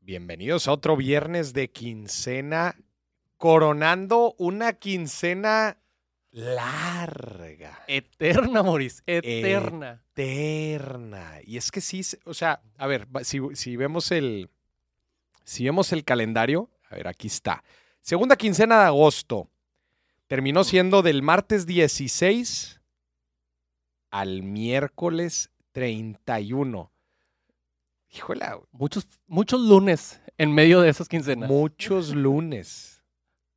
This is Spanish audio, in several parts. Bienvenidos a otro viernes de quincena, coronando una quincena larga, Eterna, Moris, eterna. eterna. Y es que sí, se- o sea, a ver, va- si, si vemos el, si vemos el calendario, a ver, aquí está. Segunda quincena de agosto terminó siendo del martes 16 al miércoles 31. Híjole, Muchos, muchos lunes en medio de esas quincenas. Muchos lunes.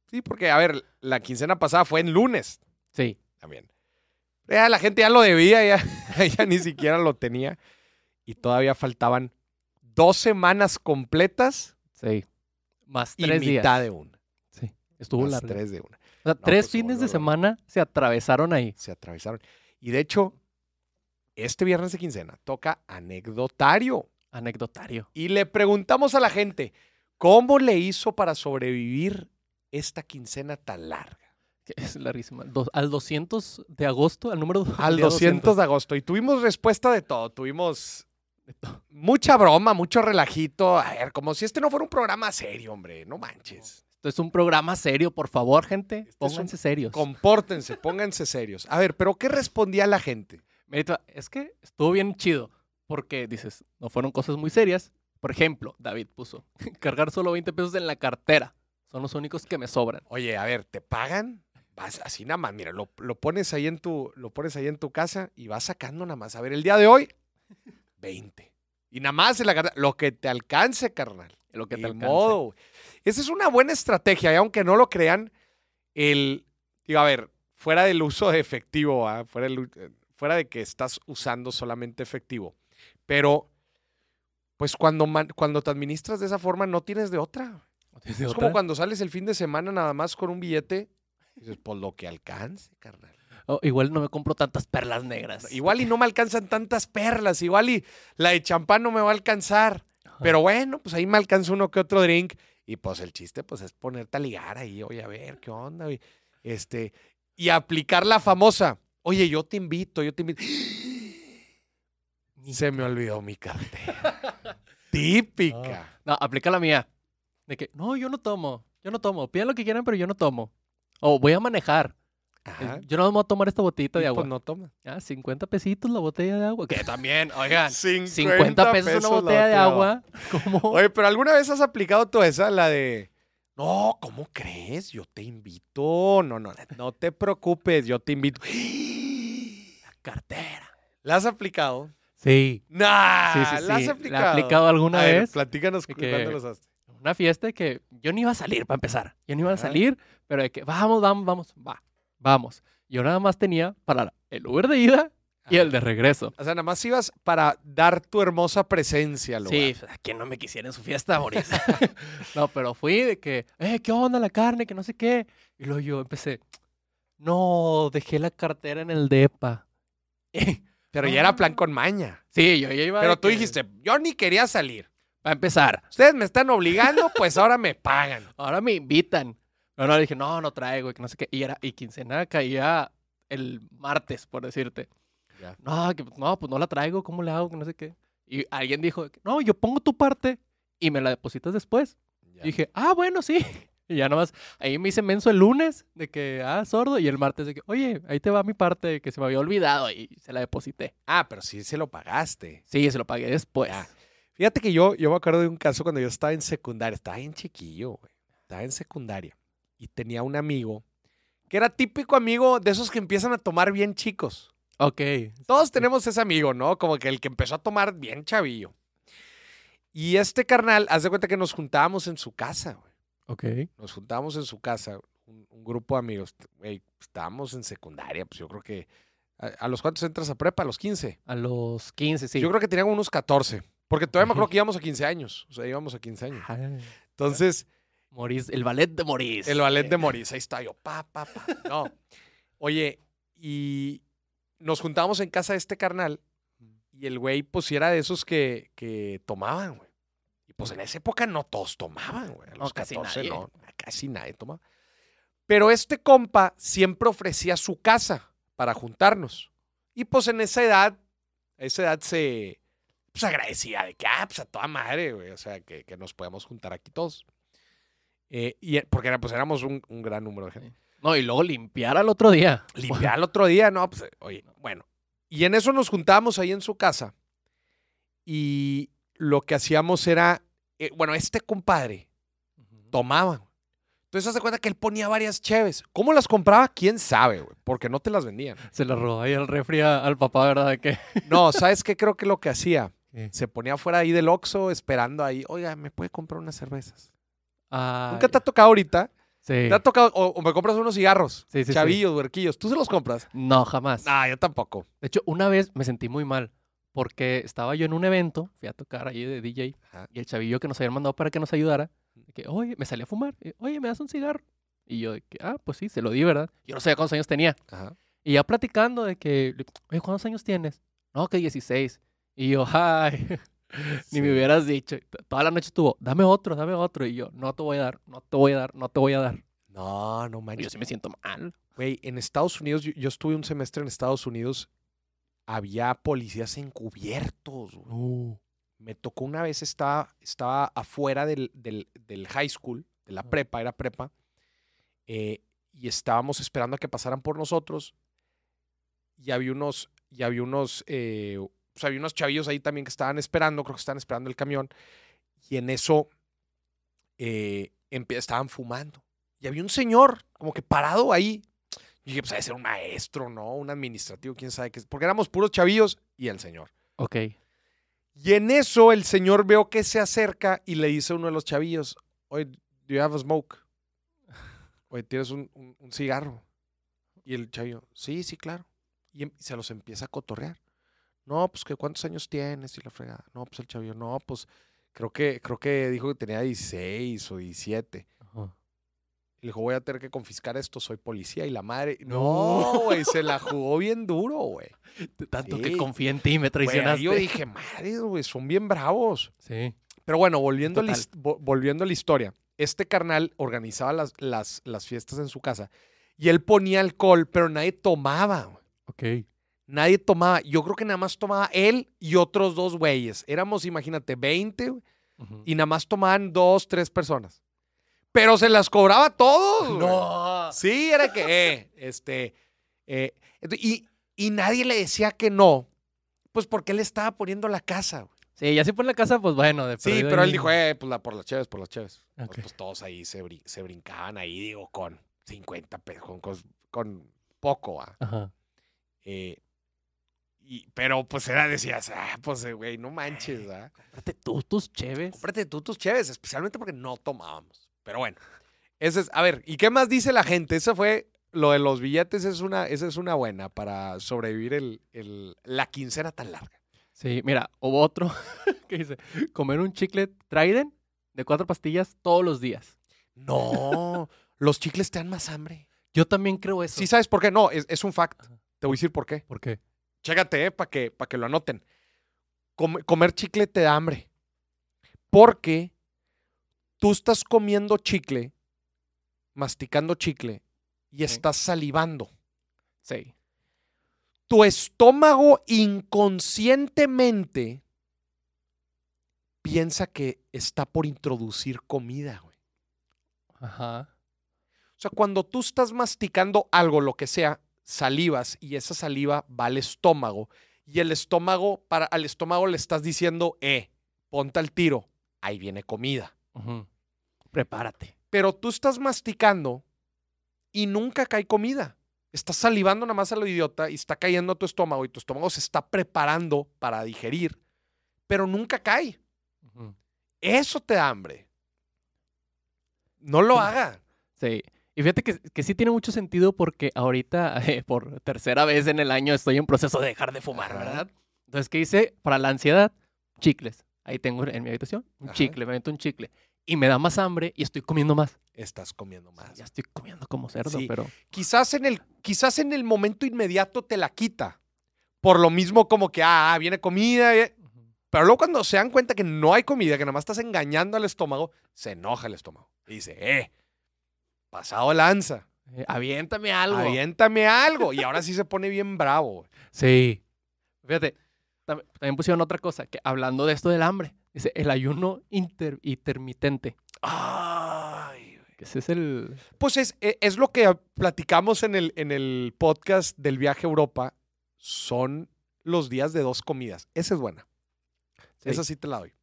Sí, porque, a ver, la quincena pasada fue en lunes sí. también. Ya la gente ya lo debía, ya, ya ni siquiera lo tenía. Y todavía faltaban dos semanas completas Sí. Más y tres mitad días. de una. Sí. Estuvo Las largo. tres de una. O sea, No, tres pues, se fines volvió de loco. semana se atravesaron ahí. Se atravesaron. Y de hecho, este viernes de quincena toca anecdotario. Anecdotario. Y le preguntamos a la gente, ¿cómo le hizo para sobrevivir esta quincena tan larga? Que Es larguísima. Dos- al 200 de agosto, al número do- Al día 200 de agosto. Y tuvimos respuesta de todo. Tuvimos mucha broma, mucho relajito. A ver, como si este no fuera un programa serio, hombre. No manches. Esto es un programa serio, por favor, gente. es Pónganse un serios. Compórtense, pónganse serios. A ver, pero ¿qué respondía la gente? Mérito, es que estuvo bien chido, porque dices, no fueron cosas muy serias. Por ejemplo, David puso, cargar solo 20 pesos en la cartera. Son los únicos que me sobran. Oye, a ver, ¿te pagan? Vas así nada más, mira, lo, lo pones ahí en tu, lo pones ahí en tu casa y vas sacando nada más. A ver, el día de hoy, 20. Y nada más en la carta- lo que te alcance, carnal. Lo que Ni te alcance. modo, güey. Esa es una buena estrategia, y aunque no lo crean, el. Digo, a ver, fuera del uso de efectivo, ¿ah? fuera, del u- eh, fuera de que estás usando solamente efectivo. Pero, pues cuando, man- cuando te administras de esa forma, no tienes de otra. ¿Tienes Es otra? como cuando sales el fin de semana nada más con un billete. Dices, pues lo que alcance, carnal. Oh, igual no me compro tantas perlas negras. Igual y no me alcanzan tantas perlas, igual y la de champán no me va a alcanzar. Pero bueno, pues ahí me alcanza uno que otro drink. Y pues el chiste, pues es ponerte a ligar ahí, oye, a ver, ¿qué onda? güey? Este, y aplicar la famosa. Oye, yo te invito, yo te invito. Se me olvidó mi cartera. Típica. No, aplica la mía. De que, no, yo no tomo. Yo no tomo. Pidan lo que quieran, pero yo no tomo. O voy a manejar. Eh, Ajá. Yo no me voy a tomar esta botellita Y, de agua. Pues no toma. Ah, 50 pesitos la botella de agua. Que también, oigan. 50, 50 pesos una botella de agua. ¿Cómo? Oye, pero ¿alguna vez has aplicado tú esa, la de, no, ¿cómo crees? Yo te invito. No, no, no te preocupes, yo te invito. La cartera. ¿La has aplicado? Sí. Nah, sí, sí, sí. Ah, ¿la has ¿La aplicado? he aplicado alguna A ver, vez? platícanos cu- que- cuándo los has. Una fiesta que yo no iba a salir para empezar. Yo no iba a Ajá. salir, pero de que vamos, vamos, vamos, va, vamos. Yo nada más tenía para el Uber de ida y el de regreso. O sea, nada más ibas para dar tu hermosa presencia al Sí, lugar. pues, ¿a quién no me quisiera en su fiesta, Boris? no, pero fui de que, eh, ¿qué onda la carne? Que no sé qué. Y luego yo empecé, no, dejé la cartera en el DEPA. Pero ya era plan con maña. sí, yo ya iba. de Pero tú que, dijiste, yo ni quería salir. Para empezar, Ustedes me están obligando, pues ahora me pagan. ahora me invitan. Pero no, le dije, no, no traigo, y que no sé qué. Y, era, y quincena caía el martes, por decirte. Ya. No, que, no, pues no la traigo, ¿cómo le hago? Que no sé qué. Y alguien dijo, no, yo pongo tu parte y me la depositas después. Y dije, ah, bueno, sí. Y ya nomás, ahí me hice menso el lunes de que, ah, sordo. Y el martes de que, oye, ahí te va mi parte que se me había olvidado y se la deposité. Ah, pero sí se lo pagaste. Sí, se lo pagué después. Ya. Fíjate que yo, yo me acuerdo de un caso cuando yo estaba en secundaria, estaba en chiquillo, güey. Estaba en secundaria y tenía un amigo que era típico amigo de esos que empiezan a tomar bien chicos. Ok. Todos tenemos ese amigo, ¿no? Como que el que empezó a tomar bien chavillo. Y este carnal, haz de cuenta que nos juntábamos en su casa, güey. Ok. Nos juntábamos en su casa, un, un grupo de amigos. Güey, estábamos en secundaria, pues yo creo que. ¿A, a los cuántos entras a prepa? A los 15. A los 15, sí. Yo creo que tenían unos 14. Porque todavía me Ujú. acuerdo que íbamos a 15 años. O sea, íbamos a 15 años. Ah, Entonces, Morís, el ballet de Morís. el ballet de Moris, ahí está yo, pa, pa, pa. No. Oye, y nos juntamos en casa de este carnal y el güey, pues, sí era de esos que, que tomaban, güey. Y pues en esa época no todos tomaban, güey. A No, los casi 14 nadie. no, casi nadie tomaba. Pero este compa siempre ofrecía su casa para juntarnos. Y pues en esa edad, a esa edad se, pues agradecida de que, ah, pues a toda madre, güey, o sea, que, que nos podíamos juntar aquí todos. Eh, y eh, porque era, pues éramos un, un gran número de gente. No, y luego limpiar al otro día. Limpiar al otro día, no, pues, eh, oye, bueno. Y en eso nos juntábamos ahí en su casa. Y lo que hacíamos era, eh, bueno, este compadre Tom- tomaba. Entonces, haz de cuenta que él ponía varias cheves. ¿Cómo las compraba? ¿Quién sabe, güey? Porque no te las vendían. Se lo robó ahí al refri a- al papá, ¿verdad? ¿De qué? No, ¿sabes qué? Creo que lo que hacía, se ponía afuera ahí del Oxxo esperando ahí, oiga, ¿me puede comprar unas cervezas? Ah, Nunca te ha tocado ahorita. sí. Te ha tocado, o, o me compras unos cigarros, Sí, sí, sí. chavillos, huerquillos. ¿Tú se los compras? No, jamás. Ah, yo tampoco. De hecho, una vez me sentí muy mal porque estaba yo en un evento, fui a tocar ahí de DJ, Ajá. y el chavillo que nos habían mandado para que nos ayudara, de que, oye, me salí a fumar, eh, oye, ¿me das un cigarro? Y yo, de que, ah, pues sí, se lo di, ¿verdad? Yo no sabía cuántos años tenía. Ajá. Y ya platicando de que, le- oye, ¿cuántos años tienes? No, que 16. Y yo, ay, ni me hubieras dicho. Y t- Toda la noche estuvo, dame otro, dame otro. Y yo, no te voy a dar, no te voy a dar, no te voy a dar. No, no Y Yo manches. sí me siento mal. Güey, en Estados Unidos, yo, yo estuve un semestre en Estados Unidos, había policías encubiertos. güey. Oh. Me tocó una vez, estaba, estaba afuera del, del- del high school, de la Ajá. prepa, era prepa, eh, y estábamos esperando a que pasaran por nosotros. Y había unos, y había unos, eh, pues, había unos chavillos ahí también que estaban esperando, creo que estaban esperando el camión. Y en eso eh, empie- estaban fumando. Y había un señor como que parado ahí. Yo dije, pues debe ser un maestro, ¿no? Un administrativo, quién sabe qué es. Porque éramos puros chavillos y el señor. Ok. Y en eso el señor veo que se acerca y le dice a uno de los chavillos, oye, do you have a smoke? Oye, ¿tienes un, un- un cigarro? Y el chavillo, sí, sí, claro. Y em- se los empieza a cotorrear. No, pues que cuántos años tienes y la fregada. No, pues el chavillo, no, pues creo que, creo que dijo que tenía 16 o 17. Ajá. Y le dijo, voy a tener que confiscar esto, soy policía. Y la madre, No. no, güey, se la jugó bien duro, güey. T- Tanto que Sí. confié en ti, me Güey, ahí traicionaste. Yo dije, madre, güey, son bien bravos. Sí. Pero bueno, volviendo, a la, Total. his- vo- volviendo a la historia, este carnal organizaba las, las, las fiestas en su casa y él ponía alcohol, pero nadie tomaba. güey. Ok. Nadie tomaba. Yo creo que nada más tomaba él y otros dos güeyes. Éramos, imagínate, 20 güey, Ujú. y nada más tomaban dos, tres personas. Pero se las cobraba a todos. güey. No. Sí, era que, eh, este, eh, ent- y, y nadie le decía que no, pues porque él estaba poniendo la casa. güey. Sí, ya se pone en la casa, pues bueno. De Sí, perdido pero ahí- él dijo, eh, pues la, por las chéves, por las chéves. Pues, Ok. Pues, todos ahí se, brin- se brincaban ahí, digo, con 50 pesos, con, cos- con poco, ¿va? Ajá. Eh, y, pero pues era, decías, ah, pues eh, güey, no manches, ¿ah? Cómprate tú tus cheves. Cómprate tú tus chéves, especialmente porque no tomábamos. Pero bueno, ese es, a ver, ¿y qué más dice la gente? Esa fue, lo de los billetes es una, esa es una buena para sobrevivir el, el- la quincena tan larga. Sí, mira, hubo otro que dice, comer un chicle Trident de cuatro pastillas todos los días. No, los chicles te dan más hambre. Yo también creo eso. Sí, ¿sabes por qué? No, es, es un fact. Ajá. Te voy a decir por qué. ¿Por qué? Chécate, para que, pa' que lo anoten. Come- comer chicle te da hambre. Porque tú estás comiendo chicle, masticando chicle y estás salivando. Sí. Tu estómago inconscientemente piensa que está por introducir comida, güey. Ajá. O sea, cuando tú estás masticando algo, lo que sea, salivas y esa saliva va al estómago y el estómago, para al estómago le estás diciendo, eh, ponte al tiro, ahí viene comida. Ujú. Prepárate. Pero tú estás masticando y nunca cae comida. Estás salivando nada más a lo idiota y está cayendo a tu estómago y tu estómago se está preparando para digerir, pero nunca cae. Ujú. Eso te da hambre. No lo Sí. haga. Sí. Y fíjate que, que sí tiene mucho sentido porque ahorita, eh, por tercera vez en el año, estoy en proceso de dejar de fumar, Ajá. ¿verdad? Entonces, ¿qué hice? Para la ansiedad, chicles. Ahí tengo en mi habitación un Ajá. chicle, me meto un chicle. Y me da más hambre y estoy comiendo más. Estás comiendo más. Ya estoy comiendo como cerdo, Sí. pero... quizás en el, quizás en el momento inmediato te la quita. Por lo mismo como que, ah, ah, viene comida. eh. Pero luego cuando se dan cuenta que no hay comida, que nada más estás engañando al estómago, se enoja el estómago. Y dice, eh, pasado lanza. Eh, aviéntame algo. Aviéntame algo. Y ahora sí se pone bien bravo. güey. Sí. Fíjate, ta- tam- también pusieron otra cosa, que hablando de esto del hambre, dice el ayuno inter- intermitente. Ay, güey. Que ese es el... Pues es, e- es lo que platicamos en el, en el podcast del viaje a Europa. Son los días de dos comidas. Esa es buena. Esa sí te la doy.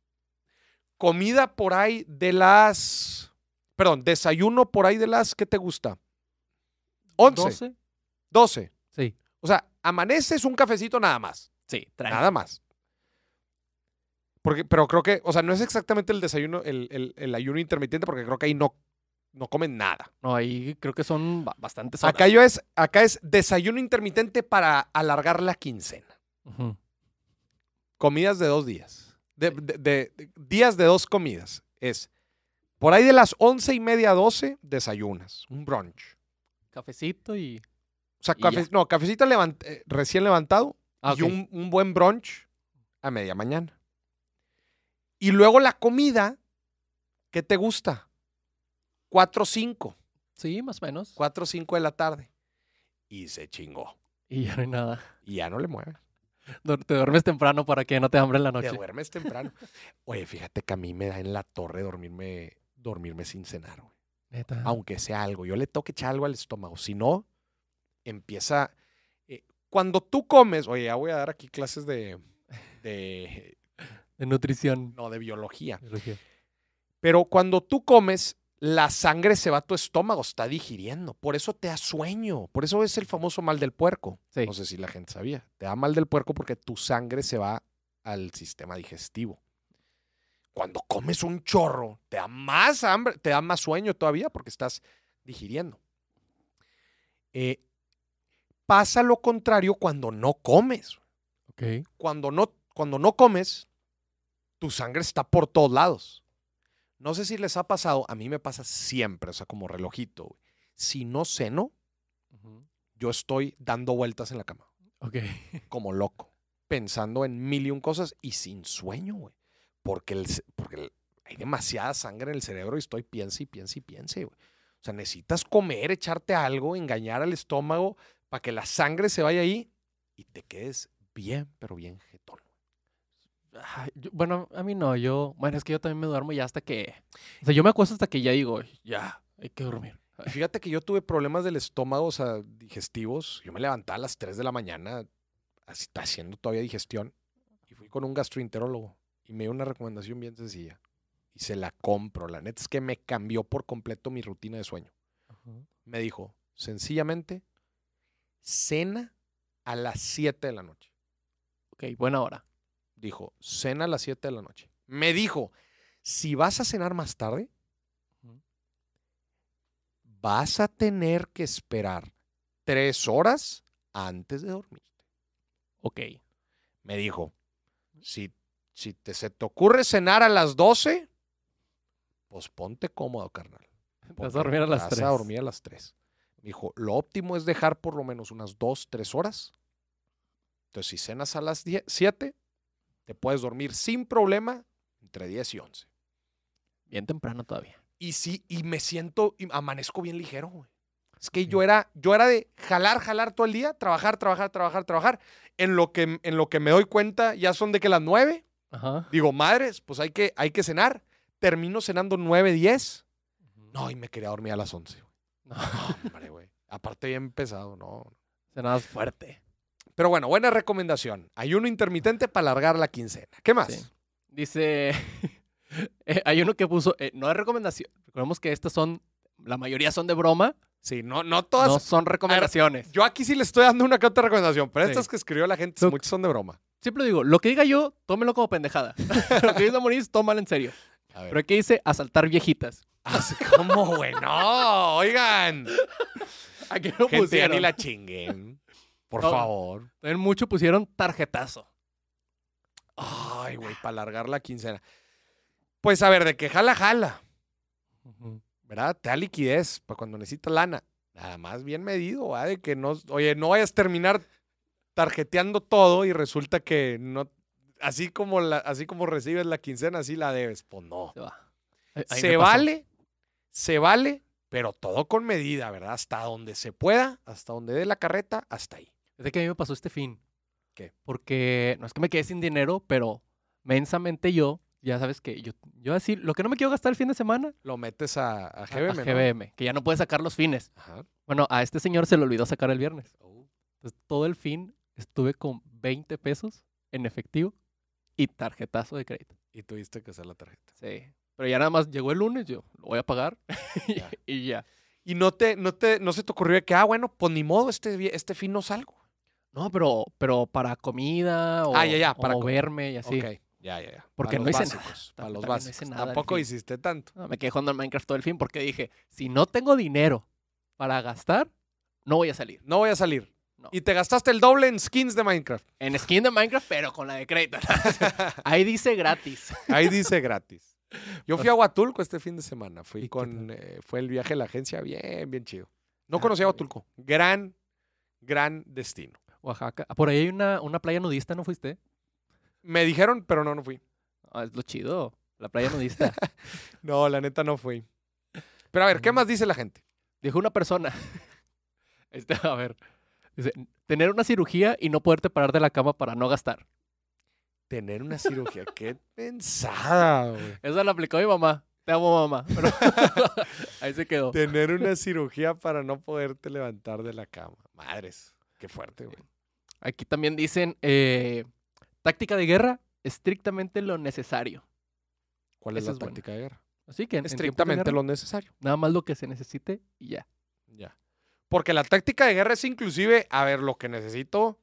Comida por ahí de las. Perdón, desayuno por ahí de las. ¿Qué te gusta? 11. 12. 12. Sí. O sea, amaneces un cafecito nada más. Sí, trae. Nada más. Porque, pero creo que, o sea, no es exactamente el desayuno, el, el- el ayuno intermitente, porque creo que ahí no, no comen nada. No, ahí creo que son ba- bastantes horas. Acá, yo es, acá es desayuno intermitente para alargar la quincena. Ujú. Comidas de dos días. De, de- de- de- días de dos comidas. Es por ahí de las once y media a doce, desayunas. Un brunch. Cafecito y... O sea, Y ya. cafe- no, cafecito levant- eh, recién levantado Ah, y ok. un, un buen brunch a media mañana. Y luego la comida, ¿qué te gusta? 4 o 5, Sí, más o menos. 4 o 5 de la tarde. Y se chingó. Y ya no hay nada. Y ya no le mueve. Du- Te duermes temprano para que no te hambre en la Te noche. duermes temprano. Oye, fíjate que a mí me da en la torre dormirme, dormirme sin cenar, güey. Neta. Aunque sea algo. Yo le tengo que echar algo al estómago. Si no, empieza. eh, cuando tú comes, oye, ya voy a dar aquí clases de- de De nutrición. no, de biología. Biología. Pero cuando tú comes, la sangre se va a tu estómago, está digiriendo. Por eso te da sueño. Por eso es el famoso mal del puerco. Sí. No sé si la gente sabía. Te da mal del puerco porque tu sangre se va al sistema digestivo. Cuando comes un chorro, te da más hambre, te da más sueño todavía porque estás digiriendo. Eh, pasa lo contrario cuando no comes Ok. cuando no, cuando no comes, tu sangre está por todos lados. No sé si les ha pasado, a mí me pasa siempre, o sea, como relojito. güey. Si no ceno, Ujú. yo estoy dando vueltas en la cama, Ok. como loco, pensando en mil y un cosas y sin sueño, güey. Porque, el ce- porque el- hay demasiada sangre en el cerebro y estoy piense y piense y piense, güey. O sea, necesitas comer, echarte algo, engañar al estómago para que la sangre se vaya ahí y te quedes bien, pero bien jetón. Ay, yo- bueno, a mí no, yo, bueno, es que yo también me duermo ya hasta que, o sea, yo me acuesto hasta que ya digo, ya, hay que dormir. Y Fíjate que yo tuve problemas del estómago, o sea, digestivos. Yo me levantaba a las 3 de la mañana, así está haciendo todavía digestión, y fui con un gastroenterólogo y me dio una recomendación bien sencilla. Y se la compro. La neta es que me cambió por completo mi rutina de sueño. Me dijo, sencillamente, cena a las 7 de la noche. Ok, buena hora. Dijo, cena a las 7 de la noche. Me dijo, si vas a cenar más tarde, Ujú. vas a tener que esperar tres horas antes de dormirte. Ok. Me dijo, si, si te, se te ocurre cenar a las 12, pues ponte cómodo, carnal. Vas porque a dormir a las vas tres. a dormir a las 3. Me dijo, lo óptimo es dejar por lo menos unas 2, 3 horas. Entonces, si cenas a las 10 7, te puedes dormir sin problema entre 10 y 11. Bien temprano todavía. Y sí, y me siento, y amanezco bien ligero, güey. Es que Ok. yo era, yo era de jalar, jalar todo el día, trabajar, trabajar, trabajar, trabajar. En lo que, en lo que me doy cuenta, ya son de que las nueve. Ajá. Digo, madres, pues hay que, hay que cenar. Termino cenando nueve, diez. No, y me quería dormir a las once. güey. No, Hombre, güey. Aparte bien pesado, no. cenabas fuerte. Pero bueno, buena recomendación. Ayuno intermitente para alargar la quincena. ¿Qué más? Sí. Dice, eh, hay uno que puso, eh, no es recomendación, recordemos que estas son, la mayoría son de broma, Sí, no, no todas. no son recomendaciones. Yo aquí sí le estoy dando una que otra recomendación, pero Sí. estas que escribió la gente, Look. muchas son de broma. Siempre digo, lo que diga yo, tómelo como pendejada. lo que diga Moris, tómalo en serio. A ver. Pero aquí dice asaltar viejitas. Así como, güey, no, oigan. Aquí lo Gente, ya pusieron. ni la chinguen. Por No. favor. También mucho pusieron tarjetazo. Ay, güey, para alargar la quincena. Pues a ver, de que jala, jala, ¿verdad? Te da liquidez para cuando necesitas lana. Nada más bien medido, ¿verdad? De que no, oye, no vayas a terminar tarjeteando todo y resulta que no, así como, la, así como recibes la quincena, así la debes. Pues no. Se va. Ahí- ahí me Se pasó. vale, se vale, pero todo con medida, ¿verdad? Hasta donde se pueda, hasta donde dé la carreta, hasta ahí. Es de que a mí me pasó este fin. ¿Qué? Porque no es que me quedé sin dinero, pero mensamente yo, ya sabes que yo, yo así, lo que no me quiero gastar el fin de semana, Lo metes a, a a- GBM. a ¿no? GBM, que ya no puede sacar los fines. Ajá. Bueno, a este señor se le olvidó sacar el viernes. Oh. Entonces, todo el fin estuve con 20 pesos en efectivo y tarjetazo de crédito. Y tuviste que hacer la tarjeta. Sí. Pero ya nada más llegó el lunes, yo lo voy a pagar Ya. y ya. Y no te, no te, no se te ocurrió de que, ah, bueno, pues ni modo, este, vi- este fin no salgo. No, pero, pero para comida o, Ah, ya, ya, o para co- verme y así. Ok, ya, ya, ya. Porque Pa' no los hice básicos, nada. pa' los También no hice básicos. nada del Tampoco fin. hiciste tanto. No, me quedé jugando en Minecraft todo el fin porque dije, si no tengo dinero para gastar, no voy a salir. No voy a salir. No. Y te gastaste el doble en skins de Minecraft. En skin de Minecraft, pero con la de crédito. Ahí dice gratis. Ahí dice gratis. Yo fui a Huatulco este fin de semana. Fui ¿Y qué con. tal? eh, fue el viaje de la agencia bien, bien chido. No Ah, conocía qué Huatulco. Gran, gran destino. Oaxaca. Ah, Por ahí hay una, una playa nudista, ¿no fuiste? Me dijeron, pero no, no fui. Ah, es lo chido. La playa nudista. No, la neta no fui. Pero a ver, ¿qué Mm. más dice la gente? Dijo una persona. Este, a ver. Dice, tener una cirugía y no poderte parar de la cama para no gastar. Tener una cirugía. Qué pensada, güey. Esa la aplicó mi mamá. Te amo, mamá. Pero ahí se quedó. Tener una cirugía para no poderte levantar de la cama. Madres. Qué fuerte, güey. Aquí también dicen eh, táctica de guerra, estrictamente lo necesario. ¿Cuál Esa es es la buena. táctica de guerra? Así que en- en tiempos de Estrictamente guerra, lo necesario. nada más lo que se necesite y ya. Ya. Porque la táctica de guerra es inclusive, a ver, lo que necesito.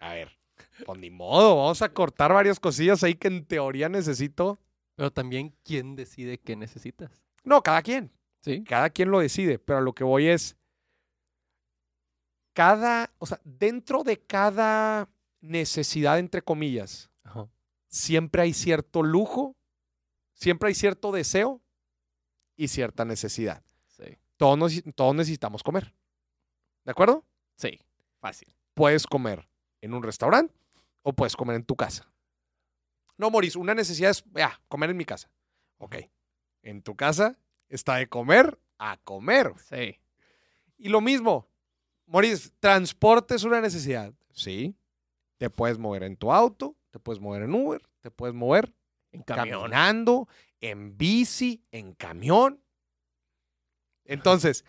A ver, pues ni modo, vamos a cortar varias cosillas ahí que en teoría necesito. Pero también quién decide qué necesitas. No, cada quien. Sí. Cada quien lo decide, pero a lo que voy es. Cada, o sea, dentro de cada necesidad, entre comillas, Ajá. siempre hay cierto lujo, siempre hay cierto deseo y cierta necesidad. Sí. Todos, nos- todos necesitamos comer. ¿De acuerdo? Sí. Fácil. puedes comer en un restaurante o puedes comer en tu casa. No, Moris, una necesidad es ya, comer en mi casa. Ok. En tu casa está de comer a comer. Sí. Y lo mismo, Moris, transporte es una necesidad. Sí. Te puedes mover en tu auto, te puedes mover en Uber, te puedes mover En camión. caminando, en bici, en camión. Entonces,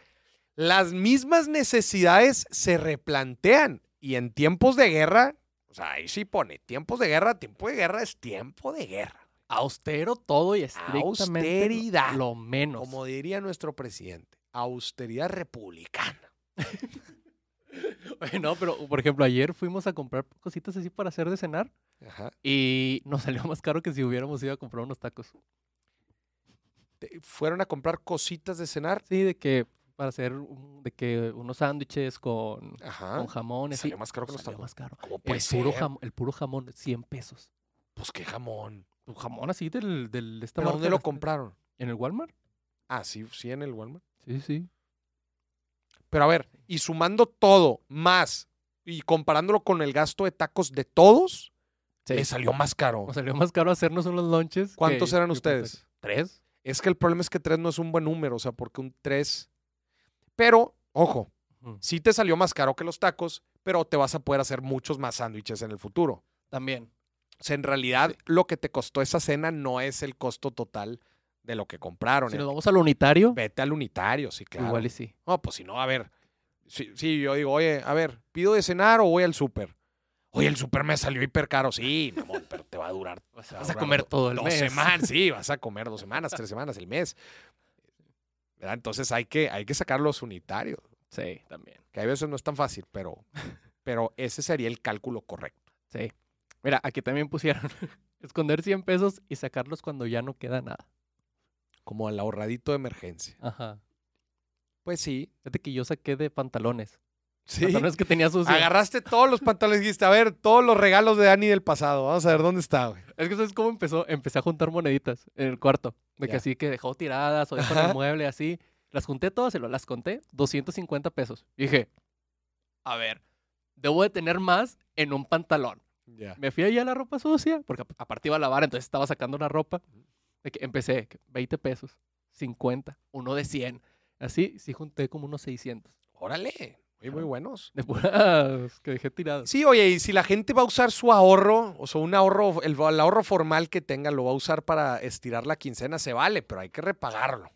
las mismas necesidades se replantean y en tiempos de guerra, o sea, ahí sí pone, tiempos de guerra, tiempo de guerra es tiempo de guerra, Austero todo y estrictamente Austeridad. lo menos. como diría nuestro presidente, austeridad republicana. Oye, No, pero por ejemplo, ayer fuimos a comprar cositas así para hacer de cenar Ajá. y nos salió más caro que si hubiéramos ido a comprar unos tacos. Te- Fueron a comprar cositas de cenar. Sí, de que para hacer un- de que unos sándwiches con, Ajá. con jamón. así. Ah, Salió más caro que los Salió tacos. Pues más caro. ¿Cómo puede El puro, ser? jam- el puro jamón, 100 pesos. Pues qué jamón. Un jamón así del, del de esta ¿Pero marca dónde de lo las- compraron? ¿En el Walmart? Ah, sí, sí, en el Walmart. Sí, sí. Pero a ver, y sumando todo más y comparándolo con el gasto de tacos de todos, le salió más caro. Nos salió más caro hacernos unos lunches. que- ¿Cuántos eran que comprar ustedes? tacos. ¿Tres? Es que el problema es que 3 no es un buen número, o sea, porque un 3. Pero, ojo, Ujú. sí te salió más caro que los tacos, pero te vas a poder hacer muchos más sándwiches en el futuro. También. O sea, en realidad, lo que te costó esa cena no es el costo total de lo que compraron. Si eh. nos vamos al unitario, Vete al unitario, sí, claro. igual y sí. No, pues si no, a ver. Sí, sí, yo digo, oye, a ver, ¿pido de cenar o voy al súper? Oye, el súper me salió hiper caro. Sí, mi amor, pero te va a durar Vas va a, a durar comer do- todo el dos mes. semanas. Sí, vas a comer dos semanas, tres semanas, el mes. ¿Verdad? Entonces hay que, hay que sacar los unitarios, Sí, también. que a veces no es tan fácil, pero, pero ese sería el cálculo correcto. Sí. Mira, aquí también pusieron esconder 100 pesos y sacarlos cuando ya no queda nada. Como el ahorradito de emergencia. Ajá. Pues sí. Fíjate que yo saqué de pantalones. Sí. Pantalones que tenía sucios. Agarraste todos los pantalones y dijiste, a ver, todos los regalos de Dani del pasado. Vamos a ver dónde está, güey. Es que ¿sabes cómo empezó? Empecé a juntar moneditas en el cuarto. De Ya. que así que dejó tiradas o dejó en Ajá. el mueble, así. Las junté todas y lo- las conté. 250 pesos. Dije, a ver, debo de tener más en un pantalón. Ya. Me fui allá a la ropa sucia, porque ap- aparte iba a lavar, entonces estaba sacando la ropa. De que empecé, que 20 pesos, 50, uno de 100. Así, sí junté como unos 600. Órale. Muy, muy buenos. De puras que dejé tiradas. Sí, oye, y si la gente va a usar su ahorro, o sea, un ahorro, el, el ahorro formal que tenga, lo va a usar para estirar la quincena, se vale, pero hay que repagarlo. Hay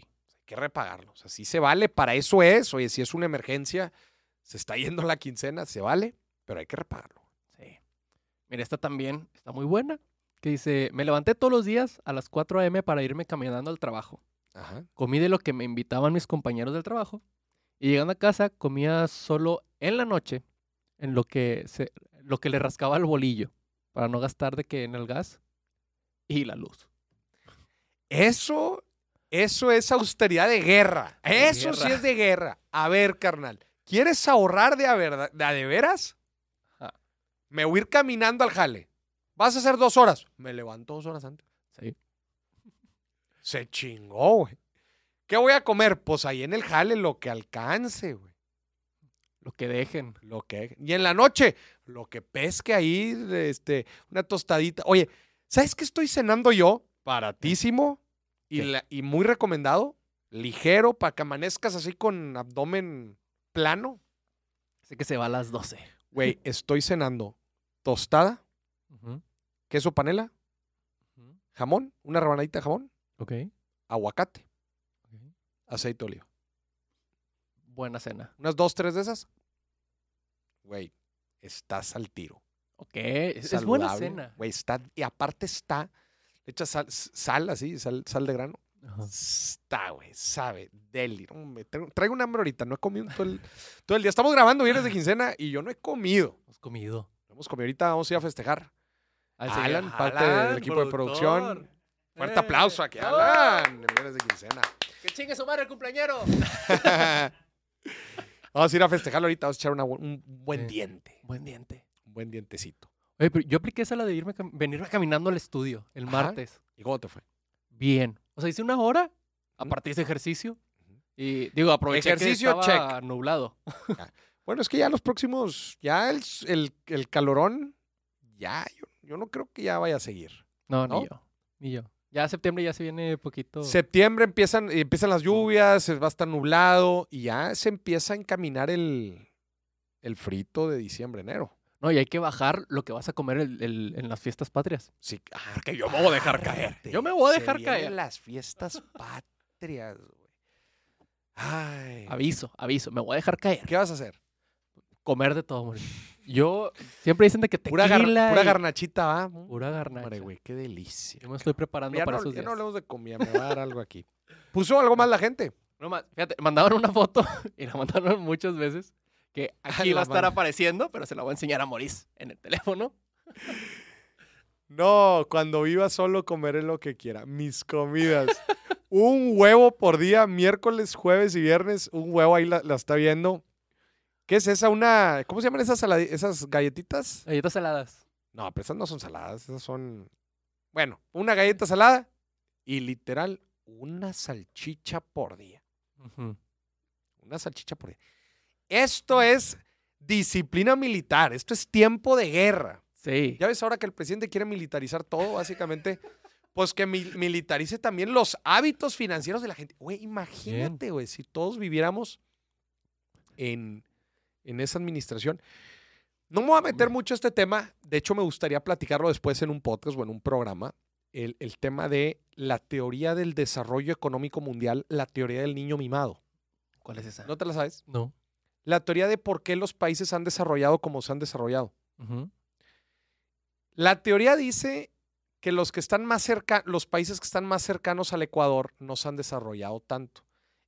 Sí. que repagarlo. O sea, sí se vale, para eso es. Oye, si es una emergencia, se está yendo la quincena, se vale, pero hay que repagarlo. Sí. Mira, esta también está muy buena. Que dice, me levanté todos los días a las 4 a.m. para irme caminando al trabajo. Ajá. Comí de lo que me invitaban mis compañeros del trabajo. Y llegando a casa, comía solo en la noche, en lo que, se, lo que le rascaba al bolillo, para no gastar de que en el gas y la luz. Eso, eso es austeridad de guerra. De eso sí guerra. es de guerra. A ver, carnal, ¿quieres ahorrar de a, verda- de, a de veras? Ajá. Me voy a ir caminando al jale. Vas a hacer dos horas. Me levanto dos horas antes. Sí. Se chingó, güey. ¿Qué voy a comer? Pues ahí en el jale lo que alcance, güey. Lo que dejen. Lo que, y en la noche, lo que pesque ahí, este, una tostadita. Oye, ¿sabes qué estoy cenando yo? Baratísimo y, ¿Qué? la- y muy recomendado. Ligero, para que amanezcas así con abdomen plano. Así que se va a las 12. Güey, estoy cenando tostada, Ujú, queso panela, ujú. jamón, una rebanadita de jamón, Ok. aguacate, ok. aceite de oliva. Buena cena. Unas dos, tres de esas. Güey, estás al tiro. Ok. Es, es saludable. buena cena. Güey, está, y aparte está, le echas sal, sal así, sal, sal de grano. Ajá. Está, güey, sabe, deli. Hombre, traigo, traigo un hambre ahorita, no he comido en todo el, todo el día. Estamos grabando viernes de quincena y yo no he comido. Hemos comido. No Hemos comido ahorita, vamos a ir a festejar. Al señor Alan, parte del equipo de producción. productor. Fuerte Eh. aplauso aquí, ¡Bravo! Alan, en viernes de quincena. ¡Que chingue su madre el cumpleañero! vamos a ir a festejar ahorita, vamos a echar una bu- un buen Sí. diente, Buen diente. un buen dientecito. Oye, pero yo apliqué esa la de irme, cam- venirme caminando al estudio el Ajá. martes. ¿Y cómo te fue? Bien. O sea, hice una hora. Ujú. Aparte hice ejercicio. Ujú. Y digo, aproveché Ejercicio, que estaba nublado. Bueno, es que ya los próximos, ya el, s- el- el calorón, ya, yo, yo no creo que ya vaya a seguir. No, ¿No? ni yo. Ni yo. Ya septiembre ya se viene poquito. Septiembre empiezan, empiezan las lluvias, se va a estar nublado y ya se empieza a encaminar el, el frito de diciembre, enero. No, y hay que bajar lo que vas a comer el- el- en las fiestas patrias. Sí, ah, que yo me voy a dejar caer. Yo me voy a dejar se vienen caer. las fiestas patrias, güey. Ay. Aviso, aviso. Me voy a dejar caer. ¿Qué vas a hacer? Comer de todo, morir. Yo siempre dicen de que tequila. Pura, gar- pura y- garnachita, ¿va? Pura garnacha. Hombre, güey, qué delicia. Yo me estoy preparando Ya para no, esos ya días. no hablemos de comida, me va a dar algo aquí. ¿Puso algo más la gente? No más, fíjate, mandaron una foto y la mandaron muchas veces que aquí la va a estar mano. apareciendo, pero se la voy a enseñar a Moris en el teléfono. No, cuando viva solo comeré lo que quiera. Mis comidas. un huevo por día, miércoles, jueves y viernes. Un huevo ahí la, la está viendo. ¿Qué es esa? Una. ¿Cómo se llaman esas, saladi- esas galletitas? Galletas saladas. No, pero esas no son saladas. Esas son. Bueno, una galleta salada y literal una salchicha por día. Una salchicha por día. Esto es disciplina militar. Esto es tiempo de guerra. Sí. Ya ves ahora que el presidente quiere militarizar todo, básicamente. Pues que mi- militarice también los hábitos financieros de la gente. Güey, imagínate, güey, si todos viviéramos en, en esa administración. No me voy a meter Hombre. mucho a este tema. De hecho, me gustaría platicarlo después en un podcast o en un programa. El, el tema de la teoría del desarrollo económico mundial, la teoría del niño mimado. ¿Cuál es esa? ¿No te la sabes? No. La teoría de por qué los países han desarrollado como se han desarrollado. Ujú. La teoría dice que los que están más cerca, los países que están más cercanos al Ecuador no se han desarrollado tanto.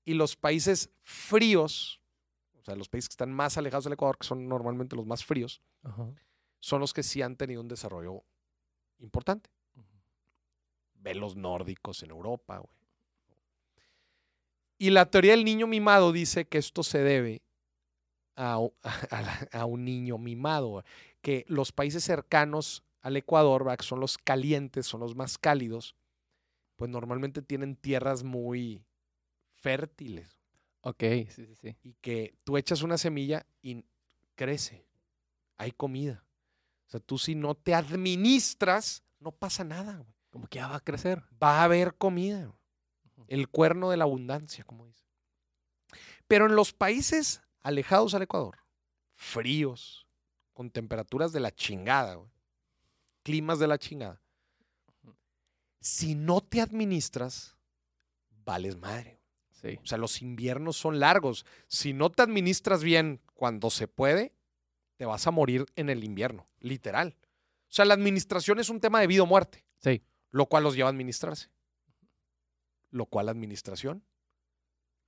Y los países fríos, o sea, los países que están más alejados del Ecuador, que son normalmente los más fríos, Ajá. son los que sí han tenido un desarrollo importante. Ve los nórdicos en Europa, güey. Y la teoría del niño mimado dice que esto se debe a, u- a la- a un niño mimado, que los países cercanos al Ecuador, ¿verdad? que son los calientes, son los más cálidos, pues normalmente tienen tierras muy fértiles Ok, sí, sí, sí. y que tú echas una semilla y crece, hay comida. O sea, tú si no te administras, no pasa nada. güey Como que ya va a crecer. va a haber comida. Ujú. El cuerno de la abundancia, como dice. Pero en los países alejados al Ecuador, fríos, con temperaturas de la chingada, güey, climas de la chingada. Si no te administras, vales madre. Sí. O sea, los inviernos son largos. Si no te administras bien cuando se puede, te vas a morir en el invierno, literal. O sea, la administración es un tema de vida o muerte, Sí. lo cual los lleva a administrarse. Lo cual la administración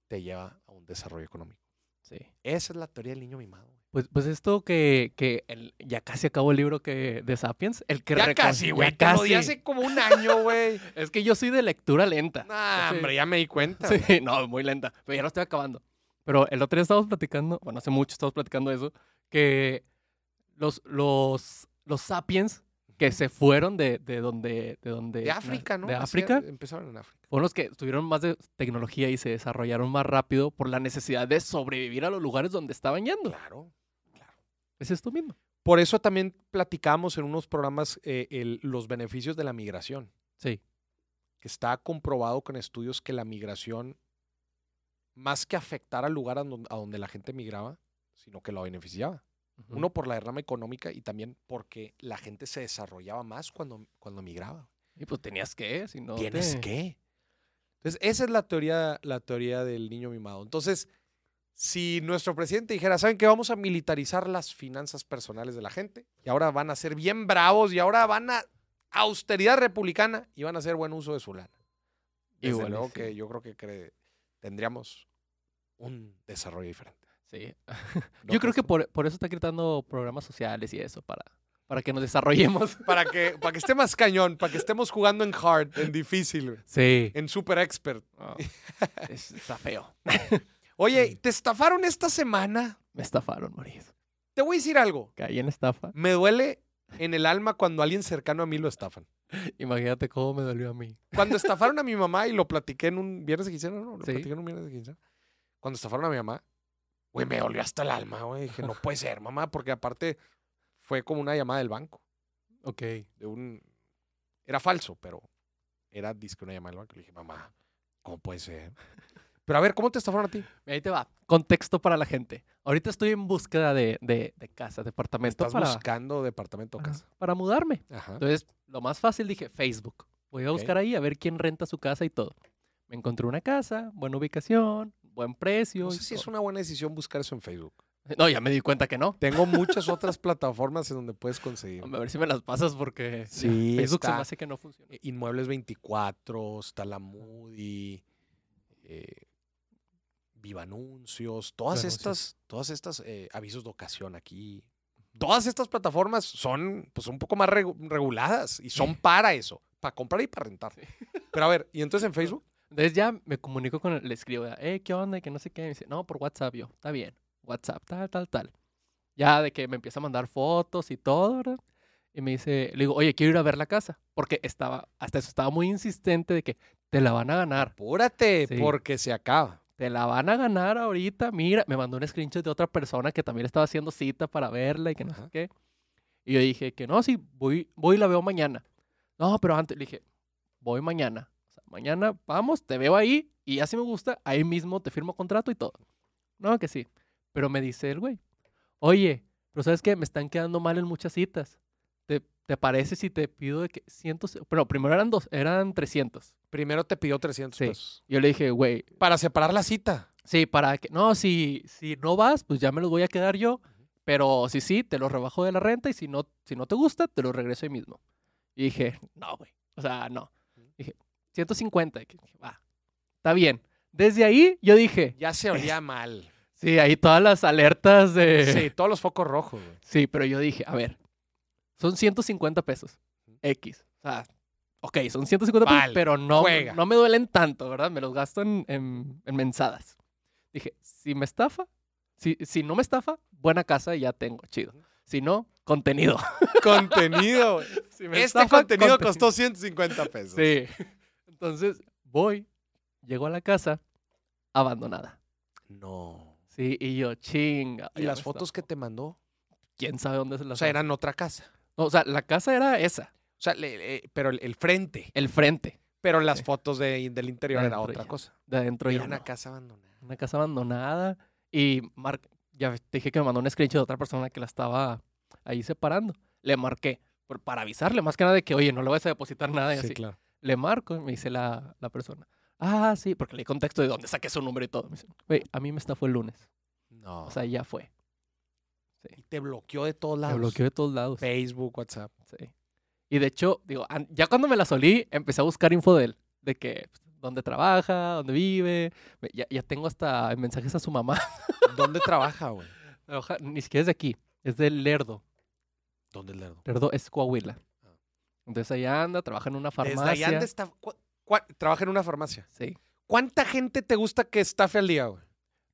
te lleva a un desarrollo económico. Sí. Esa es la teoría del niño mimado. güey. Pues, pues esto que, que el- ya casi acabó el libro que, de Sapiens. El que Ya recon- casi, ya güey. Te lo di casi. hace como un año, güey. Es que yo soy de lectura lenta. Nah, Sí. hombre, ya me di cuenta. güey. Sí, no, muy lenta. Pero ya lo estoy acabando. Pero el otro día estábamos platicando, bueno, hace mucho estábamos platicando eso, que los, los, los sapiens que se fueron de, de donde... De, donde, De África, ¿no? De Así África. Empezaron en África. Fueron los que tuvieron más de tecnología y se desarrollaron más rápido por la necesidad de sobrevivir a los lugares donde estaban yendo. Claro. Es esto mismo. Por eso también platicamos en unos programas eh, el- los beneficios de la migración, Sí. que está comprobado con estudios que la migración, más que afectar al lugar a don- a donde la gente migraba, sino que lo beneficiaba. Ujú. Uno por la derrama económica y también porque la gente se desarrollaba más cuando, cuando migraba. Y pues tenías que, si no. ¿Tienes te- que. Entonces, esa es la teoría, la teoría del niño mimado. Entonces, si nuestro presidente dijera, ¿saben qué? Vamos a militarizar las finanzas personales de la gente y ahora van a ser bien bravos y ahora van a austeridad republicana y van a hacer buen uso de su lana. Y Desde bueno, luego sí. que yo creo que cre- tendríamos un desarrollo diferente. Sí. ¿No pues Yo creo crees que tú? por, por eso está gritando programas sociales y eso, para, para que nos desarrollemos. Para que, para que esté más cañón, para que estemos jugando en hard, en difícil, güey, Sí. en super expert. Ah. está feo. Oye, ¿te estafaron esta semana? Me estafaron, Mauricio. Te voy a decir algo. Caí en estafa. Me duele en el alma cuando alguien cercano a mí lo estafan. Imagínate cómo me dolió a mí. Cuando estafaron a mi mamá y lo platiqué en un viernes de quincena, ¿no? Lo Sí. platiqué en un viernes de quincena. Cuando estafaron a mi mamá, güey, me dolió hasta el alma, güey. Dije, no puede ser, mamá, porque aparte fue como una llamada del banco. Ok. De un... Era falso, pero era disque una llamada del banco. Le dije, mamá, ¿cómo puede ser? Pero a ver, ¿cómo te estafaron a ti? Ahí te va. Contexto para la gente. Ahorita estoy en búsqueda de, de, de casa, departamento Estás para, buscando departamento o Ajá, casa. para mudarme. Ajá. Entonces, lo más fácil dije, Facebook. Voy a Ok. buscar ahí a ver quién renta su casa y todo. Me encontré una casa, buena ubicación, buen precio. No y sé si es todo. una buena decisión buscar eso en Facebook. No, ya me di cuenta que no. Tengo muchas otras plataformas en donde puedes conseguir. Hombre, a ver si me las pasas porque Sí, Facebook se está. me hace que no funciona. eh, Inmuebles 24, está la Moody, eh, Viva Anuncios, todas Viva estas, todas estas eh, avisos de ocasión aquí. Todas estas plataformas son pues, un poco más regu- reguladas y son para eso, para comprar y para rentar. Pero a ver, ¿y entonces en Facebook? Entonces ya me comunico con él, le escribo, eh, ¿qué onda? Y Que no sé qué. Me dice, no, por WhatsApp yo, está bien. WhatsApp, tal, tal, tal. Ya de que me empieza a mandar fotos y todo, ¿verdad? Y me dice, le digo, oye, quiero ir a ver la casa. Porque estaba, hasta eso estaba muy insistente de que te la van a ganar. Apúrate, Sí. porque se acaba. Te la van a ganar ahorita. Mira, me mandó un screenshot de otra persona que también estaba haciendo cita para verla y que no Ajá. sé qué. Y yo dije que no, sí, voy, voy y la veo mañana. No, pero antes le dije, voy mañana. O sea, mañana vamos, te veo ahí y ya si me gusta, ahí mismo te firmo contrato y todo. No, que sí. Pero me dice el güey, oye, pero ¿sabes qué? Me están quedando mal en muchas citas. ¿Te, te parece si te pido de que cientos? Pero primero eran dos, eran 300. Primero te pidió 300 Sí. pesos. Yo le dije, güey, Para separar la cita. Sí, para que. No, si, si no vas, pues ya me los voy a quedar yo. Pero si sí, te los rebajo de la renta y si no, si no te gusta, te los regreso ahí mismo. Y dije, no, güey. O sea, no. Dije, 150. Y que dije, va, está bien. Desde ahí yo dije, Ya se olía mal. sí, ahí todas las alertas de. Sí, todos los focos rojos. güey. Sí, pero yo dije, a ver, son 150 pesos. X. O sea, ok, son 150 Vale, pesos, pero no, juega. no me duelen tanto, ¿verdad? Me los gasto en, en- en mensadas. Dije, si me estafa, si, si no me estafa, buena casa ya tengo, chido. Si no, contenido. Contenido. güey. Si me Este estafa, contenido costó 150 pesos. Sí. Entonces, voy, llego a la casa abandonada. No. Sí, y yo, chinga. ¿Y ya las me fotos estafó. que te mandó? ¿Quién sabe dónde se las O sea, mandó. eran otra casa. No, o sea, la casa era esa, O sea, le- le- pero el, el frente. el frente. Pero las Sí. fotos de- del interior era Adentro otra ya. cosa. De adentro Era ya una no. casa abandonada. una casa abandonada y mar- Ya te dije que me mandó un screenshot de otra persona que la estaba ahí separando. Le marqué por- para avisarle, más que nada de que, oye, no le vas a depositar nada. Y Sí, así. claro. Le marco y me dice la, la persona. Ah, sí, porque le di contexto de dónde saqué su número y todo. Me dice, güey, a mí me estafó el lunes. No. O sea, ya fue. y te bloqueó de todos Me lados. bloqueó de todos lados. Facebook, WhatsApp. Sí. Y de hecho, digo, an- ya cuando me la solí, empecé a buscar info de él. De que, pues, dónde trabaja, dónde vive. Me- Ya, ya tengo hasta mensajes a su mamá. ¿Dónde trabaja, güey? Oja- Ni siquiera es de aquí. Es de Lerdo. ¿Dónde es Lerdo? Lerdo es Coahuila. Ah. Entonces ahí anda, trabaja en una farmacia. Desde allá anda está. cu- cua- Trabaja en una farmacia. Sí. ¿Cuánta gente te gusta que estafe al día, güey?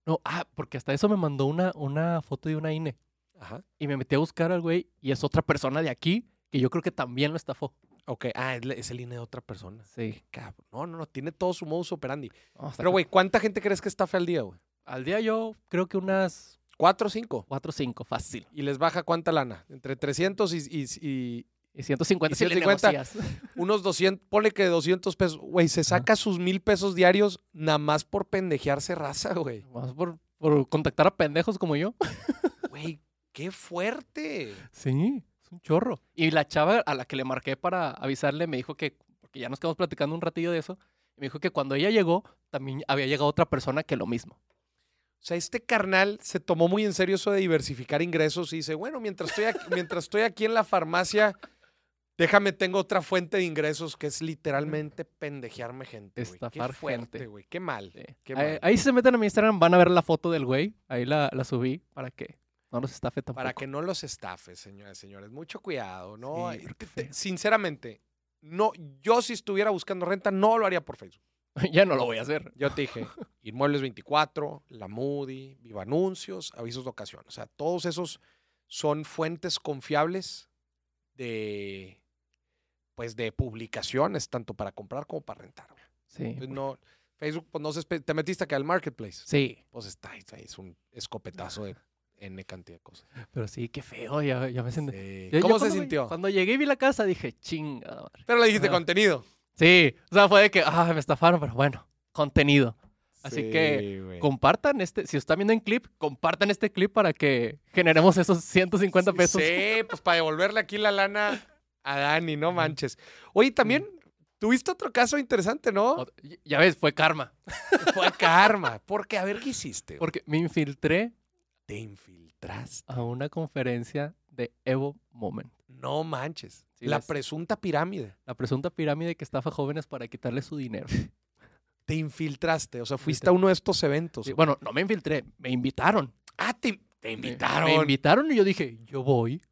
No, ah, porque hasta eso me mandó una, una foto de una INE. Ajá. Y me metí a buscar al güey y es otra persona de aquí que yo creo que también lo estafó. Ok. Ah, es, la- es el INE de otra persona. Sí. Cabrón. No, no, no. Tiene todo su modus operandi. Pero, güey, ¿cuánta gente crees que estafe al día, güey? Al día yo creo que unas ¿Cuatro o cinco? 4 o 5, fácil. ¿Y les baja cuánta lana? Entre 300 y, y- y Y 150 Y si le 150. negocias. unos 200. Ponle que 200 pesos. Güey, se saca sus mil pesos diarios nada más por pendejearse raza, güey. Más por, por contactar a pendejos como yo. Güey, qué fuerte. Sí, es un chorro. Y la chava a la que le marqué para avisarle me dijo que, porque ya nos quedamos platicando un ratillo de eso, me dijo que cuando ella llegó, también había llegado otra persona que lo mismo. O sea, este carnal se tomó muy en serio eso de diversificar ingresos y dice, bueno, mientras estoy aquí, mientras estoy aquí en la farmacia, déjame, tengo otra fuente de ingresos que es literalmente pendejearme gente. güey. Estafar qué fuerte, gente. güey. Qué mal. Sí. Qué Ahí, mal. ahí si se meten a mi Instagram van a ver la foto del güey. Ahí la, la subí para que no nos estafe tampoco. Para que no los estafes, señoras y señores. Mucho cuidado, ¿no? Sí, Ay, porque te- sí. Sinceramente, no, yo si estuviera buscando renta, no lo haría por Facebook. ya no lo voy a hacer. Yo te dije, Inmuebles 24, La Moody, Viva Anuncios, Avisos de Ocasión. O sea, todos esos son fuentes confiables de, pues, de publicaciones, tanto para comprar como para rentar. güey. Sí. Entonces, güey. no, Facebook, pues, no se espe- te metiste acá al marketplace. Sí, Pues está, está- es un escopetazo de N cantidad de cosas. pero sí, qué feo, ya, ya me sentí. Sí. Yo- yo ¿Cómo se cuando me- sintió? Cuando llegué y vi la casa dije, chingada madre". Pero le dijiste Ah. contenido. Sí, o sea, fue de que, ah, me estafaron, pero bueno, contenido. Así Sí, que, güey. Compartan este, si están viendo en clip, compartan este clip para que generemos esos 150 pesos. Sí, pues para devolverle aquí la lana a Dani, no manches. Oye, también tuviste otro caso interesante, ¿no? O- Ya ves, fue karma. Fue karma. Porque, a ver, ¿qué hiciste? güey? Porque me infiltré Te infiltraste. a una conferencia de Evo Moment, No manches. Sí, la las- presunta pirámide. la presunta pirámide que estafa jóvenes para quitarle su dinero. Te infiltraste. O sea, fuiste a uno de estos eventos. Sí, bueno, no me infiltré, me invitaron. Ah, te, te Me- invitaron. Me, invitaron y yo dije, yo voy.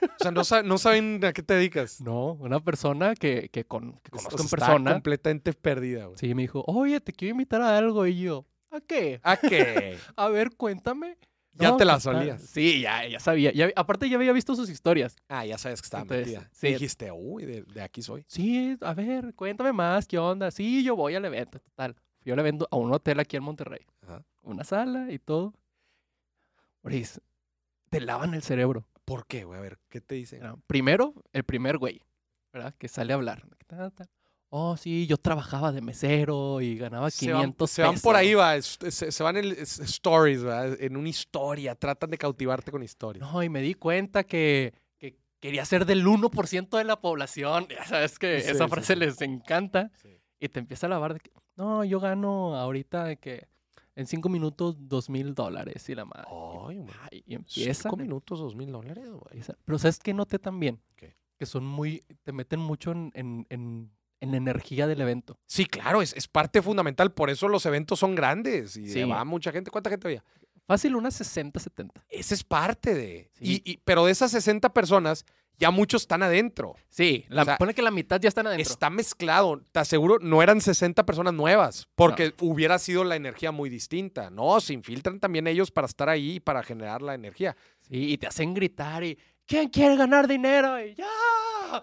o sea, no, sa- no saben a qué te dedicas. No, una persona que, que, con, que O sea, conozco en está persona. completamente perdida, güey. Sí, me dijo, oye, te quiero invitar a algo. Y yo, ¿a qué? ¿A qué? A ver, cuéntame. Ah, Ya te la pues, ah, solías. Sí, ya, ya sabía. Ya- aparte, ya había visto sus historias. Ah, ya sabes que estaba Entonces, metida. sí. Dijiste, uy, de, de aquí soy. Sí, a ver, cuéntame más, ¿qué onda? Sí, yo voy al evento, total. Fui al evento a un hotel aquí en Monterrey. Ajá. Una sala y todo. Boris, te lavan el cerebro. ¿Por qué, güey? A ver, ¿qué te dicen? Era, Primero, el primer güey, ¿verdad? Que sale a hablar. Ta, ta. Oh, sí, yo trabajaba de mesero y ganaba 500 se van, pesos. se van por ahí, va. es- Se, se van en es- stories, ¿verdad? En una historia. Tratan de cautivarte con historias. No, y me di cuenta que, que quería ser del 1% de la población. Ya sabes que Sí, esa sí, frase sí. les encanta. Y te empieza a lavar de que, no, yo gano ahorita de que en cinco minutos dos mil dólares y la madre. Ay, Oh, güey. Ay, y empieza. Cinco minutos, dos mil dólares, güey. empieza- Pero ¿sabes qué noté también? ¿Qué? Que son muy, te meten mucho en, en, en- en la energía del evento. Sí, claro, es, es parte fundamental. Por eso los eventos son grandes y Sí. va mucha gente. ¿Cuánta gente había? Fácil, unas 60, 70. Esa es parte de. Sí. Y, y- pero de esas 60 personas, ya muchos están adentro. Sí, la, O sea, pone que la mitad ya están adentro. Está mezclado. Te aseguro, no eran 60 personas nuevas, porque hubiera sido la energía muy distinta. No, se infiltran también ellos para estar ahí y para generar la energía. Sí, y te hacen gritar y, ¿quién quiere ganar dinero? Y ya.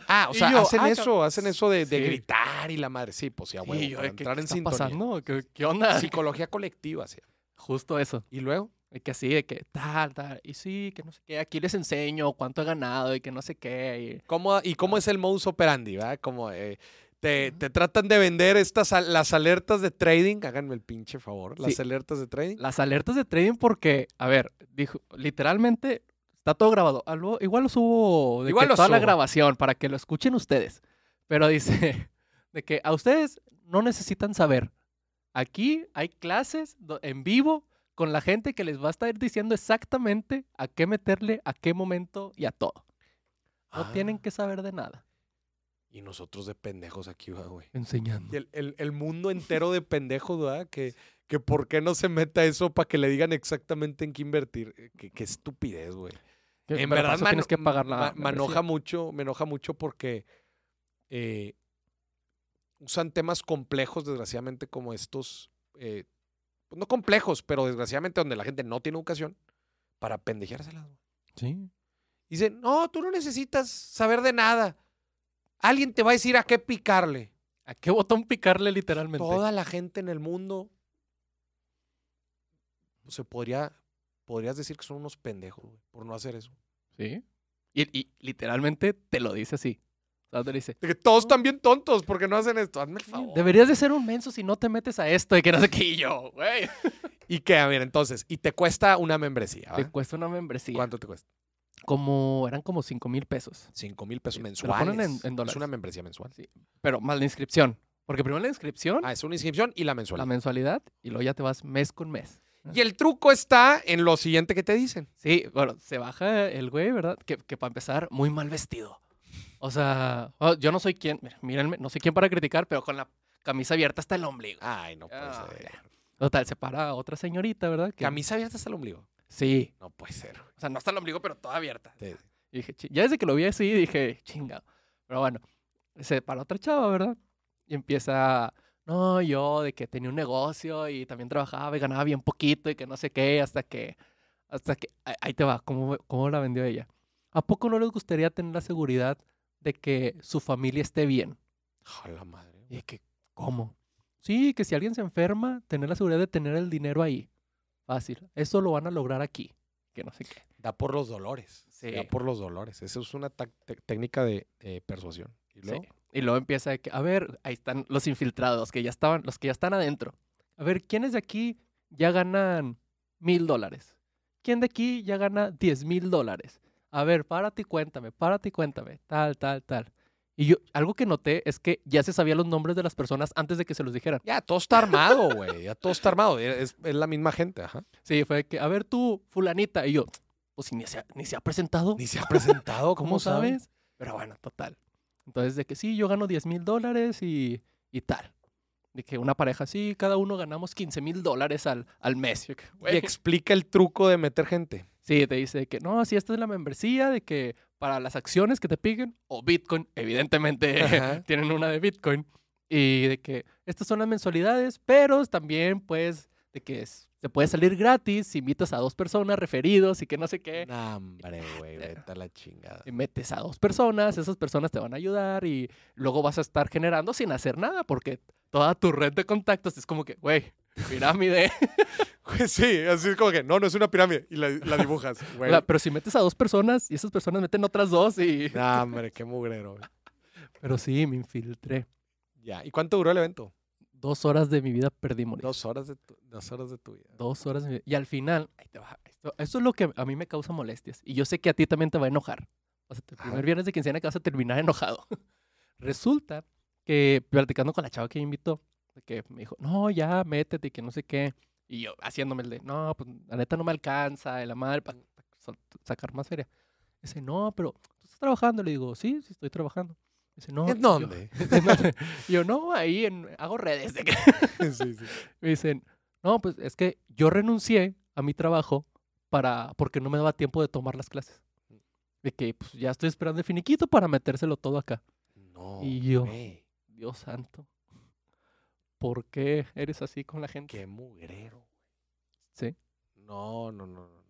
Ah, o Y sea, yo, hacen ah, eso, hacen eso de, de Sí. gritar y la madre. Sí, pues sí, a Sí, huevo, yo para de que, entrar ¿qué en está sintonía. pasando? ¿Qué, qué onda? Psicología colectiva, sí. Justo eso. Y luego, De que así, de que tal, tal. Y sí, que no sé qué. Aquí les enseño cuánto he ganado y que no sé qué. y- ¿cómo, ¿y cómo es el modus operandi, verdad? Como eh, te Te, te tratan de vender estas al- las alertas de trading. Háganme el pinche favor. Las Sí. alertas de trading. Las alertas de trading porque, a ver, dijo, literalmente está todo grabado. Ah, luego- igual lo subo de que Igual lo toda la subo. grabación para que lo escuchen ustedes. Pero dice de que a ustedes no necesitan saber. Aquí hay clases do- en vivo con la gente que les va a estar diciendo exactamente a qué meterle, a qué momento y a todo. No Ah, tienen que saber de nada. Y nosotros de pendejos aquí, va, güey. Enseñando. Y el, el- el mundo entero de pendejos, ¿verdad? Que, que por qué no se meta eso para que le digan exactamente en qué invertir. Eh, Qué, qué estupidez, güey. En verdad, me tienes ano- que pagar la. ma- me membresía. enoja mucho, me enoja mucho porque eh, usan temas complejos, desgraciadamente, como estos, eh, pues no complejos, pero desgraciadamente donde la gente no tiene educación, para pendejeárselas. güey. Sí. Dicen, no, tú no necesitas saber de nada. Alguien te va a decir a qué picarle. ¿A qué botón picarle literalmente? Toda la gente en el mundo se podría, podrías decir que son unos pendejos güey, por no hacer eso. Sí. Y, y literalmente te lo dice así. O sea, te dice, De que todos están bien tontos porque no hacen esto. Hazme el favor. deberías de ser un menso si no te metes a esto y que no sé qué y yo, güey. Y que, a ver, entonces, y te cuesta una membresía. Te ¿va? cuesta una membresía. Ah. ¿Cuánto te cuesta? Como, eran como 5 mil pesos. Cinco mil pesos Sí, te lo mensuales. ponen en- en Es dólares. una membresía mensual. Sí. Pero más la inscripción. Porque primero la inscripción, Ah, es una inscripción y la la mensual. mensualidad, y luego ya te vas mes con mes. Y el truco está en lo siguiente que te dicen. Sí, bueno, se baja el güey, ¿verdad? Que, que para empezar, muy mal vestido. O sea, oh, yo no soy quien, mira, mírenme, no soy quien para criticar, pero con la camisa abierta hasta el ombligo. Ay, no puede Ah, ser. Total, se para otra señorita, ¿verdad? Que- Camisa abierta hasta el ombligo. Sí, No puede ser. güey. O sea, no hasta el ombligo, pero toda abierta. Te- Y dije, "Chi-". ya desde que lo vi así, dije, chingado. Pero bueno, se para otra chava, ¿verdad? Y empieza, no, yo de que tenía un negocio y también trabajaba y ganaba bien poquito y que no sé qué, hasta que, hasta que, ahí- ahí te va, ¿cómo, cómo la vendió ella? ¿A poco no les gustaría tener la seguridad de que su familia esté bien? A la madre. Y que, ¿cómo? Sí, que si alguien se enferma, tener la seguridad de tener el dinero ahí. Fácil. Eso lo van a lograr aquí. Que no sé qué. Da por los dolores. Sí. Da por los dolores. Esa es una tac- te- técnica de eh, persuasión. ¿Y Sí. luego? Y luego empieza de que, a ver, ahí están los infiltrados que ya estaban, los que ya están adentro. A ver, ¿quiénes de aquí ya ganan mil dólares? ¿Quién de aquí ya gana diez mil dólares? A ver, párate y cuéntame, párate y cuéntame, tal, tal, tal. Y yo, algo que noté es que ya se sabía los nombres de las personas antes de que se los dijeran. Ya, todo está armado, güey. Ya todo está armado. E-, Es, es la misma gente, ajá. Sí, fue de que, a ver tú, fulanita. Y yo, pues si ni se ha, ni se ha presentado. Ni se ha presentado, ¿Cómo, sabes? Pero bueno, total. Entonces, de que sí, yo gano 10 mil dólares y, y tal. De que una pareja, sí, cada uno ganamos 15 mil dólares al, al mes. Yo que, Y güey. explica el truco de meter gente. Sí, te dice de que no, si esta es la membresía, de que para las acciones que te piden, o Bitcoin, evidentemente Ajá. tienen una de Bitcoin, y de que estas son las mensualidades, pero también, pues, de que es- te puede salir gratis si invitas a dos personas referidos y que no sé qué. No, hombre, güey, Claro. vete a la chingada. y metes a dos personas, esas personas te van a ayudar y luego vas a estar generando sin hacer nada porque toda tu red de contactos es como que, güey, pirámide. Güey, sí, así es como que, no, no es una pirámide. Y la, la dibujas, O güey. sea, pero si metes a dos personas y esas personas meten otras dos y... No, hombre, qué mugrero. güey. Pero sí, me infiltré. Ya, ¿y cuánto duró el evento? Dos horas de mi vida perdí, morir. Dos horas de tu, dos horas de tu vida. Dos horas de mi vida. Y al final, ahí te va, Esto, esto es lo que a mí me causa molestias. Y yo sé que a ti también te va a enojar. O sea, el Ajá. primer viernes de quincena que vas a terminar enojado. Resulta que platicando con la chava que me invitó, de que me dijo, no, ya, métete, y que no sé qué. Y yo haciéndome el de, no, pues la neta no me alcanza, el amar, para sacar más feria. Dice, no, pero tú estás trabajando. Le digo, sí, sí, estoy trabajando. Dice, no. ¿En yo- dónde? Yo, no, ahí en- hago redes. de que- sí, sí. me dicen, no, pues es que yo renuncié a mi trabajo para, porque no me daba tiempo de tomar las clases. De que pues, ya estoy esperando el finiquito para metérselo todo acá. No, Y yo. güey, Dios santo. ¿Por qué eres así con la gente? qué mugrero. Sí. No, no, no, no. no.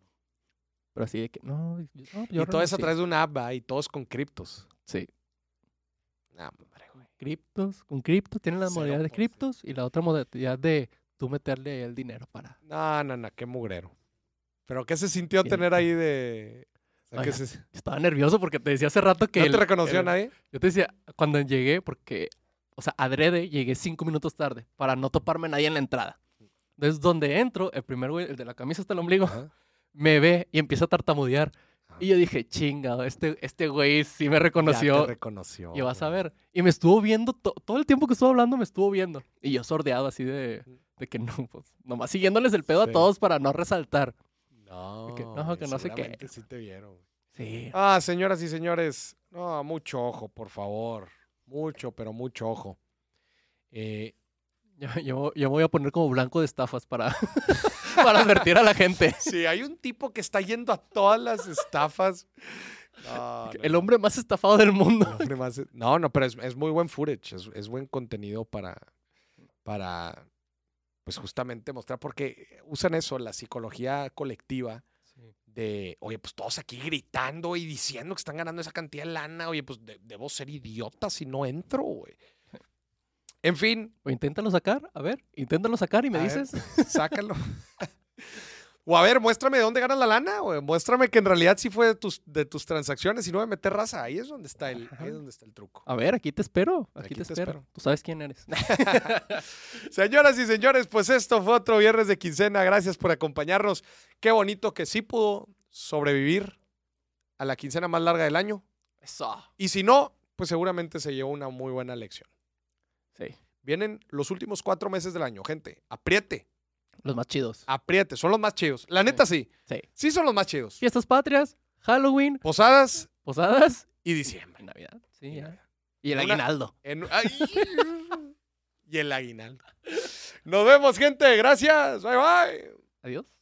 Pero así de que, no, yo, no, pues, Y yo todo eso a renuncié". través de una app, ¿va? y todos con criptos. Sí. No, hombre, güey. Criptos, con criptos, tienen la Cero modalidad de por ciento. criptos y la otra modalidad de tú meterle el dinero para. No, no, no, qué mugrero. ¿Pero qué se sintió Sí. tener ahí de...? o sea, Oiga, ¿qué se- Estaba nervioso porque te decía hace rato que. ¿No el- te reconoció el- nadie? Yo te decía, cuando llegué, porque O sea, adrede llegué cinco minutos tarde para no toparme nadie en la entrada. Entonces, donde entro, el primer güey, el de la camisa hasta el ombligo, Ajá. me ve y empieza a tartamudear. Y yo dije, chingado, este, este güey sí me reconoció. Ya te reconoció. Y vas a güey. ver. Y me estuvo viendo, to- todo el tiempo que estuvo hablando me estuvo viendo. Y yo sordeado así de, de que no, pues, nomás siguiéndoles el pedo Sí. a todos para no resaltar. No, que- no, güey, que no sé qué. seguramente sí te vieron. güey. Sí. Ah, señoras y señores, no, mucho ojo, por favor. Mucho, pero mucho ojo. Eh, Yo, yo- yo me voy a poner como blanco de estafas para, para advertir a la gente. si hay un tipo que está yendo a todas las estafas. No, no, El no. hombre más estafado del mundo. El hombre más- eh, No, no, pero es, es muy buen footage, es, es buen contenido para, para, pues justamente mostrar, porque usan eso, la psicología colectiva de, oye, pues todos aquí gritando y diciendo que están ganando esa cantidad de lana, oye, pues de- debo ser idiota si no entro, güey. En fin, O inténtalo sacar, a ver, inténtalo sacar y me A ver. dices. sácalo. O a ver, muéstrame de dónde ganas la lana, güey. Muéstrame que en realidad sí fue de tus, de tus transacciones y no de meter raza. Ahí es donde está el, ahí es donde está el truco. A ver, aquí te espero, aquí, te, espero. Tú sabes quién eres. Señoras y señores, pues esto fue otro viernes de quincena. Gracias por acompañarnos. Qué bonito que sí pudo sobrevivir a la quincena más larga del año. Eso. Y si no, pues seguramente se llevó una muy buena lección. Sí, Vienen los últimos cuatro meses del año, gente. Apriete, los más chidos. apriete. Son los más chidos. La neta sí. Sí. Sí son los más chidos. Fiestas patrias, Halloween, Posadas posadas y diciembre. Navidad. Sí, ya. Navidad. Y el Una- aguinaldo. En- ay. y el aguinaldo. Nos vemos, gente. Gracias. Bye, bye. Adiós.